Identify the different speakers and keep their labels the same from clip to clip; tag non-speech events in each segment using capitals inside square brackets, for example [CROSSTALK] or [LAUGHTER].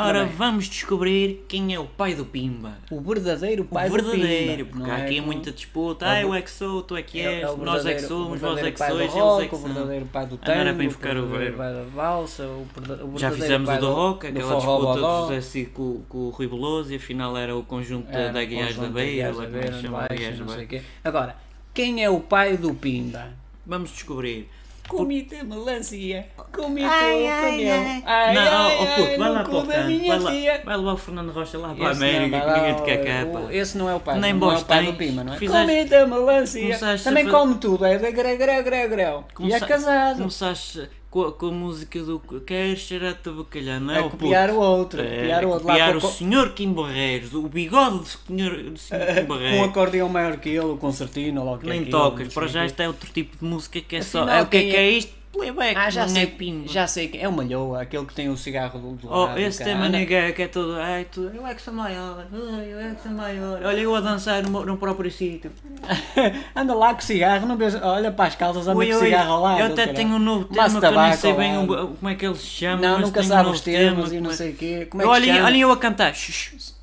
Speaker 1: Ora,
Speaker 2: Ora bem.
Speaker 1: vamos descobrir quem é o pai do Pimba.
Speaker 2: O verdadeiro
Speaker 1: O
Speaker 2: pai
Speaker 1: verdadeiro,
Speaker 2: do Pimba.
Speaker 1: porque
Speaker 2: não
Speaker 1: há
Speaker 2: é
Speaker 1: aqui
Speaker 2: o-
Speaker 1: muita disputa.
Speaker 2: é
Speaker 1: Ah,
Speaker 2: o-
Speaker 1: eu é que sou, tu é que
Speaker 2: é-
Speaker 1: és,
Speaker 2: é o
Speaker 1: nós é que
Speaker 2: verdadeiro-
Speaker 1: somos,
Speaker 2: o
Speaker 1: vós é que
Speaker 2: verdadeiro pai
Speaker 1: sois,
Speaker 2: do
Speaker 1: eles é
Speaker 2: rock,
Speaker 1: que
Speaker 2: O verdadeiro
Speaker 1: são.
Speaker 2: pai do
Speaker 1: Não
Speaker 2: tango,
Speaker 1: era para enfocar o verbo.
Speaker 2: verdadeiro pai da valsa, o verda- o
Speaker 1: Já
Speaker 2: verdadeiro
Speaker 1: fizemos
Speaker 2: pai
Speaker 1: o do rock, aquela disputa
Speaker 2: forró
Speaker 1: do
Speaker 2: bodó.
Speaker 1: José Cid com, com o Rui Beloso e afinal era o conjunto da-
Speaker 2: É,
Speaker 1: da Guiás da
Speaker 2: conjunto
Speaker 1: Beira,
Speaker 2: Guiás
Speaker 1: lá
Speaker 2: da
Speaker 1: como é que
Speaker 2: Beira,
Speaker 1: se chama,
Speaker 2: baixo,
Speaker 1: Guiás da
Speaker 2: não sei
Speaker 1: Beira.
Speaker 2: o quê. Agora, quem é o pai do Pimba?
Speaker 1: Vamos descobrir.
Speaker 2: Comi-te melancia, comi-te
Speaker 1: Ai,
Speaker 2: o
Speaker 1: ai,
Speaker 2: caminhão.
Speaker 1: ai.
Speaker 2: Ai,
Speaker 1: não,
Speaker 2: ai,
Speaker 1: oh, puto,
Speaker 2: ai,
Speaker 1: vai
Speaker 2: no
Speaker 1: lá
Speaker 2: cu
Speaker 1: para o
Speaker 2: da
Speaker 1: canto,
Speaker 2: minha
Speaker 1: vai lá,
Speaker 2: tia.
Speaker 1: vai lá o Fernando Rocha lá para a
Speaker 2: Esse não,
Speaker 1: América,
Speaker 2: vai
Speaker 1: que
Speaker 2: lá,
Speaker 1: ninguém te quer
Speaker 2: o-
Speaker 1: capa.
Speaker 2: Esse não é o pai,
Speaker 1: Nem
Speaker 2: não é o
Speaker 1: bons
Speaker 2: pai do
Speaker 1: tens.
Speaker 2: Pimba, não é?
Speaker 1: Fizeste-
Speaker 2: Comi-te a melancia,
Speaker 1: Começaste a
Speaker 2: também
Speaker 1: fa-
Speaker 2: come tudo, é da grau, grau, grau, grau. E é
Speaker 1: Começa-
Speaker 2: casado.
Speaker 1: Começaste com a, com a música do Queres cheirar-te a bacalhau, não é?
Speaker 2: a
Speaker 1: o puto?
Speaker 2: copiar o outro, a
Speaker 1: É,
Speaker 2: copiar o outro. lá
Speaker 1: copiar
Speaker 2: com a
Speaker 1: o
Speaker 2: co-
Speaker 1: senhor Kim Barreiros, o bigode do senhor, do senhor Kim
Speaker 2: [LAUGHS] Com um
Speaker 1: Barreiros.
Speaker 2: acordeão maior que ele, o concertino, logo que é
Speaker 1: é. Nem
Speaker 2: aquilo,
Speaker 1: tocas,
Speaker 2: não
Speaker 1: para
Speaker 2: sei
Speaker 1: já
Speaker 2: o quê.
Speaker 1: isto é outro tipo de música que é só.
Speaker 2: Afinal,
Speaker 1: É, o que é
Speaker 2: quem
Speaker 1: que é
Speaker 2: é-
Speaker 1: isto? Playback,
Speaker 2: Ah, já
Speaker 1: não
Speaker 2: sei,
Speaker 1: é pimba.
Speaker 2: já sei, que é o Malhoa, aquele que tem o cigarro do, do
Speaker 1: Oh,
Speaker 2: lado,
Speaker 1: esse
Speaker 2: cara.
Speaker 1: tema nega que é todo. Ai, tu, eu é que sou maior, ai, eu é que sou maior. Olha, eu a dançar no, no próprio sítio.
Speaker 2: [LAUGHS] Anda lá com cigarro, não vês, olha para as calças, anda
Speaker 1: Ui,
Speaker 2: com
Speaker 1: ui,
Speaker 2: cigarro ao lado.
Speaker 1: eu até
Speaker 2: cara.
Speaker 1: tenho um novo tema
Speaker 2: Maço
Speaker 1: que
Speaker 2: de
Speaker 1: eu nem
Speaker 2: tabaco
Speaker 1: sei
Speaker 2: ao
Speaker 1: bem
Speaker 2: lado.
Speaker 1: o- como é que eles chamam.
Speaker 2: Não,
Speaker 1: mas
Speaker 2: nunca
Speaker 1: tenho um
Speaker 2: sabe os
Speaker 1: novo
Speaker 2: temas e
Speaker 1: tema,
Speaker 2: não
Speaker 1: como é-
Speaker 2: sei o quê. Como é que
Speaker 1: Olha,
Speaker 2: chama?
Speaker 1: olha eu a cantar. Shh, shh.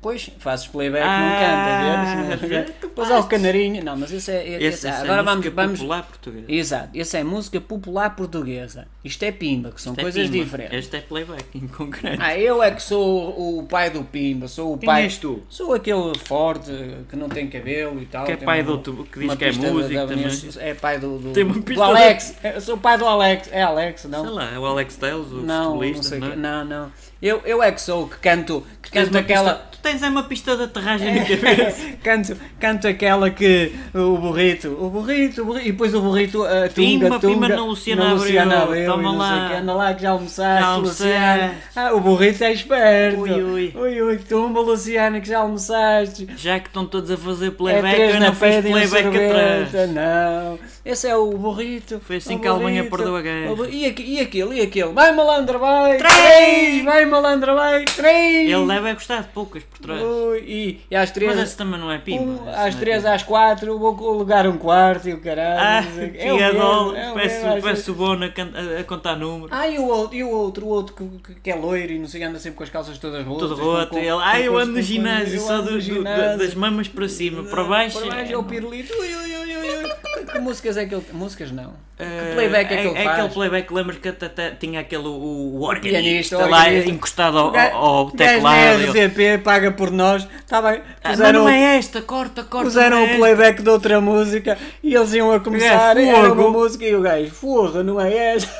Speaker 2: Pois, fazes playback, é
Speaker 1: Ah,
Speaker 2: não canta,
Speaker 1: já
Speaker 2: vês? Depois há o canarinho. Não, mas esse é. esse-
Speaker 1: Esse,
Speaker 2: ah,
Speaker 1: essa
Speaker 2: agora
Speaker 1: é a
Speaker 2: vamos,
Speaker 1: música
Speaker 2: vamos.
Speaker 1: popular portuguesa.
Speaker 2: Exato, essa é música popular portuguesa. Isto é pimba, que são
Speaker 1: Isto é
Speaker 2: coisas
Speaker 1: pimba.
Speaker 2: diferentes.
Speaker 1: Este é playback em concreto.
Speaker 2: Ah, eu é que sou o pai do Pimba, sou o
Speaker 1: Quem
Speaker 2: pai.
Speaker 1: és tu?
Speaker 2: Sou aquele forte que não tem cabelo e tal.
Speaker 1: Que é
Speaker 2: tem
Speaker 1: pai
Speaker 2: uma-
Speaker 1: do outro- que diz
Speaker 2: uma
Speaker 1: que é
Speaker 2: pista da-
Speaker 1: músico
Speaker 2: da Avenida
Speaker 1: também.
Speaker 2: Sul- É pai do. do
Speaker 1: Tem uma
Speaker 2: do
Speaker 1: pista da-
Speaker 2: Alex! Eu sou o pai do Alex! É Alex, não?
Speaker 1: Sei lá, o Alex Tales, o
Speaker 2: não, não
Speaker 1: é um futebolista,
Speaker 2: sei.
Speaker 1: não,
Speaker 2: que-
Speaker 1: é?
Speaker 2: Não, não. Eu, eu é que sou que canto. Que
Speaker 1: Tens
Speaker 2: canto
Speaker 1: uma pista-
Speaker 2: aquela. É.
Speaker 1: Tu tens aí uma pista de aterragem na cabeça.
Speaker 2: [LAUGHS] canto, canto aquela que o burrito, o burrito, o burrito e depois o burrito a
Speaker 1: Pimba,
Speaker 2: tunga, tunga,
Speaker 1: pimba na Luciana
Speaker 2: na Luciana
Speaker 1: Abreu,
Speaker 2: Abreu,
Speaker 1: toma
Speaker 2: e não sei
Speaker 1: lá.
Speaker 2: quê. anda lá que já almoçaste,
Speaker 1: Já almocei.
Speaker 2: Luciana. Ah, o burrito é esperto.
Speaker 1: Ui, ui.
Speaker 2: Ui, ui, tumba, Luciana, que já almoçaste.
Speaker 1: Já que estão todos a fazer
Speaker 2: é
Speaker 1: playback,
Speaker 2: três
Speaker 1: eu
Speaker 2: na
Speaker 1: não fiz
Speaker 2: pedra e um
Speaker 1: playback
Speaker 2: sorvete.
Speaker 1: atrás.
Speaker 2: Não, esse é o burrito.
Speaker 1: Foi assim
Speaker 2: o
Speaker 1: que a Alemanha
Speaker 2: burrito,
Speaker 1: perdeu a guerra.
Speaker 2: o bu- E, aqui- e aquele, e aquele. Vai malandro, vai.
Speaker 1: Três.
Speaker 2: Vai malandro, vai. Três.
Speaker 1: Ele deve é gostar de poucas por trás.
Speaker 2: Ui, e, e às três.
Speaker 1: Mas esse também não é pimba. esse
Speaker 2: Um, às
Speaker 1: não é
Speaker 2: 3,
Speaker 1: pimba.
Speaker 2: às 4, vou alugar um quarto e o caralho.
Speaker 1: Ah,
Speaker 2: não sei o quê. o
Speaker 1: piadol,
Speaker 2: mesmo, é o mesmo,
Speaker 1: peço,
Speaker 2: às vezes.
Speaker 1: peço o Bono a, can- a- a contar números.
Speaker 2: Ah, e o outro, e o outro, o outro que- que, que é loiro e não sei, anda sempre com as calças todas rotas.
Speaker 1: Todo
Speaker 2: com-
Speaker 1: roto,
Speaker 2: com-
Speaker 1: ele,
Speaker 2: com
Speaker 1: ai eu ando no
Speaker 2: coisas- com coisas-
Speaker 1: ginásio,
Speaker 2: eu
Speaker 1: só
Speaker 2: ando
Speaker 1: do-
Speaker 2: no
Speaker 1: do- do-
Speaker 2: ginásio.
Speaker 1: das mamas para cima, para baixo.
Speaker 2: Para baixo é o pirulito. Ui, ui, ui, ui, ui. Que- Que músicas é que ele. Músicas não. que playback é, que ele
Speaker 1: é
Speaker 2: faz?
Speaker 1: aquele playback, lembras que até- até tinha aquele o, o
Speaker 2: Pianista,
Speaker 1: organista,
Speaker 2: o
Speaker 1: lá
Speaker 2: organista.
Speaker 1: encostado ao,
Speaker 2: Ga-
Speaker 1: ao- ao
Speaker 2: gajo da
Speaker 1: Oh, teclado. ele,
Speaker 2: RCP paga por nós. Está bem.
Speaker 1: "Ah, mas
Speaker 2: Puseram
Speaker 1: não
Speaker 2: o-
Speaker 1: é esta, corta, corta.
Speaker 2: Puseram
Speaker 1: não é
Speaker 2: o playback de outra música e eles iam a começar,
Speaker 1: Gajo,
Speaker 2: era
Speaker 1: É fogo.
Speaker 2: uma música e o gajo, forra, não
Speaker 1: [LAUGHS]
Speaker 2: é esta?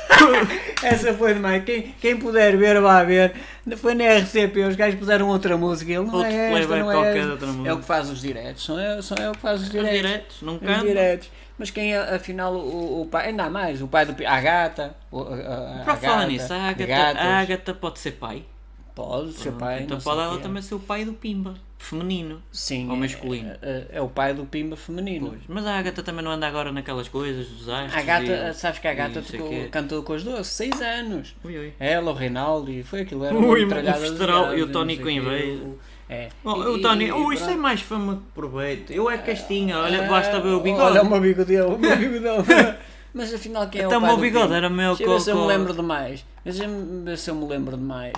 Speaker 2: Essa foi demais, quem, quem puder ver, vá ver. Foi na RCP, os gajos puseram outra música e ele, não
Speaker 1: Outro
Speaker 2: é esta,
Speaker 1: playback
Speaker 2: não é
Speaker 1: qualquer
Speaker 2: esta.
Speaker 1: outra música.
Speaker 2: É o que faz os diretos, são é, são é o que faz os
Speaker 1: esta." Os
Speaker 2: diretos.
Speaker 1: diretos, não
Speaker 2: Os
Speaker 1: canto.
Speaker 2: diretos. Mas quem é, afinal, o, o pai, ainda há mais, o pai do... Pi- A gata. o- a- a- a
Speaker 1: Para falar
Speaker 2: gata,
Speaker 1: nisso, a
Speaker 2: de
Speaker 1: Agatha,
Speaker 2: gatas.
Speaker 1: a Agatha pode ser pai.
Speaker 2: Pode ser
Speaker 1: Pronto,
Speaker 2: pai,
Speaker 1: então
Speaker 2: não sei
Speaker 1: pode
Speaker 2: o
Speaker 1: ela
Speaker 2: quê.
Speaker 1: também ser o pai do Pimba, feminino.
Speaker 2: Sim,
Speaker 1: Ou
Speaker 2: é-
Speaker 1: masculino.
Speaker 2: É, é o pai do Pimba feminino.
Speaker 1: Pois, Mas a Agatha também não anda agora naquelas coisas dos astros.
Speaker 2: A
Speaker 1: e-
Speaker 2: gata, sabes que a gata
Speaker 1: e não sei
Speaker 2: tocou-
Speaker 1: quê.
Speaker 2: cantou com os dois, 6 anos.
Speaker 1: Ui, ui.
Speaker 2: Ela, o Reinaldo, e foi aquilo. Era
Speaker 1: Ui,
Speaker 2: uma
Speaker 1: mas o
Speaker 2: metralhada de
Speaker 1: Festeral
Speaker 2: gatos,
Speaker 1: e o
Speaker 2: não
Speaker 1: Tony
Speaker 2: sei o quê,
Speaker 1: Coimbra.
Speaker 2: o- É.
Speaker 1: Oh,
Speaker 2: E-
Speaker 1: o Tony,
Speaker 2: e-
Speaker 1: oh,
Speaker 2: e
Speaker 1: isto é
Speaker 2: pronto. Ah,
Speaker 1: mais fama que proveito. Eu é castinha, olha, basta ver o bigode.
Speaker 2: Olha o meu bigodão,
Speaker 1: [LAUGHS]
Speaker 2: o meu bigodão. Mas afinal, quem é
Speaker 1: Então,
Speaker 2: o pai
Speaker 1: o
Speaker 2: do
Speaker 1: bigode
Speaker 2: Pimba?
Speaker 1: era meu
Speaker 2: Deixa eu ver se eu
Speaker 1: co-
Speaker 2: me
Speaker 1: co-
Speaker 2: lembro demais. Deixa eu ver se eu me lembro demais.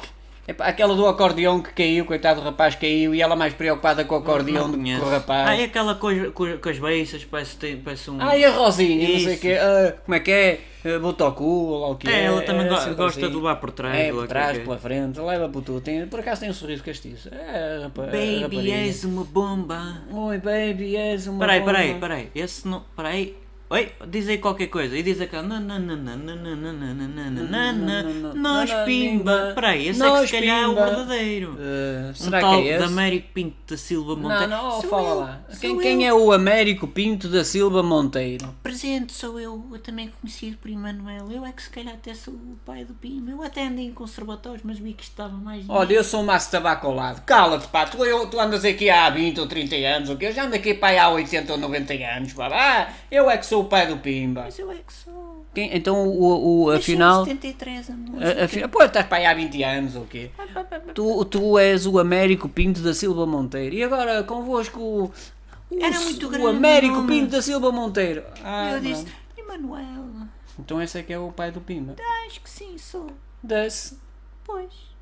Speaker 2: Epá, aquela do acordeão que caiu, coitado do rapaz caiu, e ela mais preocupada com o acordeão
Speaker 1: Não
Speaker 2: do que
Speaker 1: conheço.
Speaker 2: com o rapaz.
Speaker 1: Ah, é aquela com as- com com as beiças, parece, tem- parece um.
Speaker 2: Ah, e a Rosinha, não sei
Speaker 1: Isso.
Speaker 2: o quê. ah, como é que é? Ah, Botocu, ou lá o que é.
Speaker 1: É, ela também
Speaker 2: é,
Speaker 1: go-
Speaker 2: sempre
Speaker 1: gosta
Speaker 2: assim.
Speaker 1: de levar por trás,
Speaker 2: É,
Speaker 1: ou lá
Speaker 2: por
Speaker 1: o que
Speaker 2: trás,
Speaker 1: é.
Speaker 2: pela frente, leva por tudo. Tem, por acaso tem um sorriso castiço. É, rapaz.
Speaker 1: Baby, és uma bomba.
Speaker 2: Oi, baby, és uma.
Speaker 1: Peraí,
Speaker 2: bomba.
Speaker 1: peraí, peraí. Esse não. Peraí. Oi, diz aí qualquer coisa. E diz aquela. "Na, na, na, na, na, na, na, na, na, na, na, na, na, Nós
Speaker 2: na, na,
Speaker 1: pimba.
Speaker 2: na.
Speaker 1: Peraí, esse é que
Speaker 2: Nós,
Speaker 1: se calhar é o
Speaker 2: Pimba.
Speaker 1: verdadeiro.
Speaker 2: Ah,
Speaker 1: Um
Speaker 2: será
Speaker 1: tal
Speaker 2: que é
Speaker 1: de
Speaker 2: esse?
Speaker 1: Américo Pinto da Silva
Speaker 2: Não,
Speaker 1: Monteiro.
Speaker 2: não,
Speaker 1: Sou
Speaker 2: fala
Speaker 1: eu,
Speaker 2: lá.
Speaker 1: sou
Speaker 2: Quem,
Speaker 1: eu.
Speaker 2: quem é o Américo Pinto da Silva Monteiro?
Speaker 1: Presente sou eu, eu também conhecido por Emanuel. Eu é que se calhar até sou o pai do Pimba. Eu até andei em conservatórios, mas vi que estava mais.
Speaker 2: Olha, eu sou um maço de tabaco ao lado. Cala-te, pá. Tu, eu- tu andas aqui há 20 ou 30 anos, o quê? Eu já ando aqui, pá, há 80 ou 90 anos, pá. Ah, eu é que sou o pai do Pimba.
Speaker 1: Mas eu é que sou.
Speaker 2: Quem- então,
Speaker 1: Eu um
Speaker 2: o, o-
Speaker 1: sou de
Speaker 2: afinal.
Speaker 1: 73, amor.
Speaker 2: a- afinal pô, estás para aí há 20 anos ou quê? Tu, tu és o Américo Pinto da Silva Monteiro. E agora convosco o. o-
Speaker 1: Era muito grande
Speaker 2: O Américo
Speaker 1: o nome.
Speaker 2: Pinto da Silva Monteiro. Ah,
Speaker 1: eu
Speaker 2: não.
Speaker 1: disse, Emanuel.
Speaker 2: Então esse é que é o é pai do Pimba.
Speaker 1: Acho que sim, sou.
Speaker 2: Desce.
Speaker 1: Pois.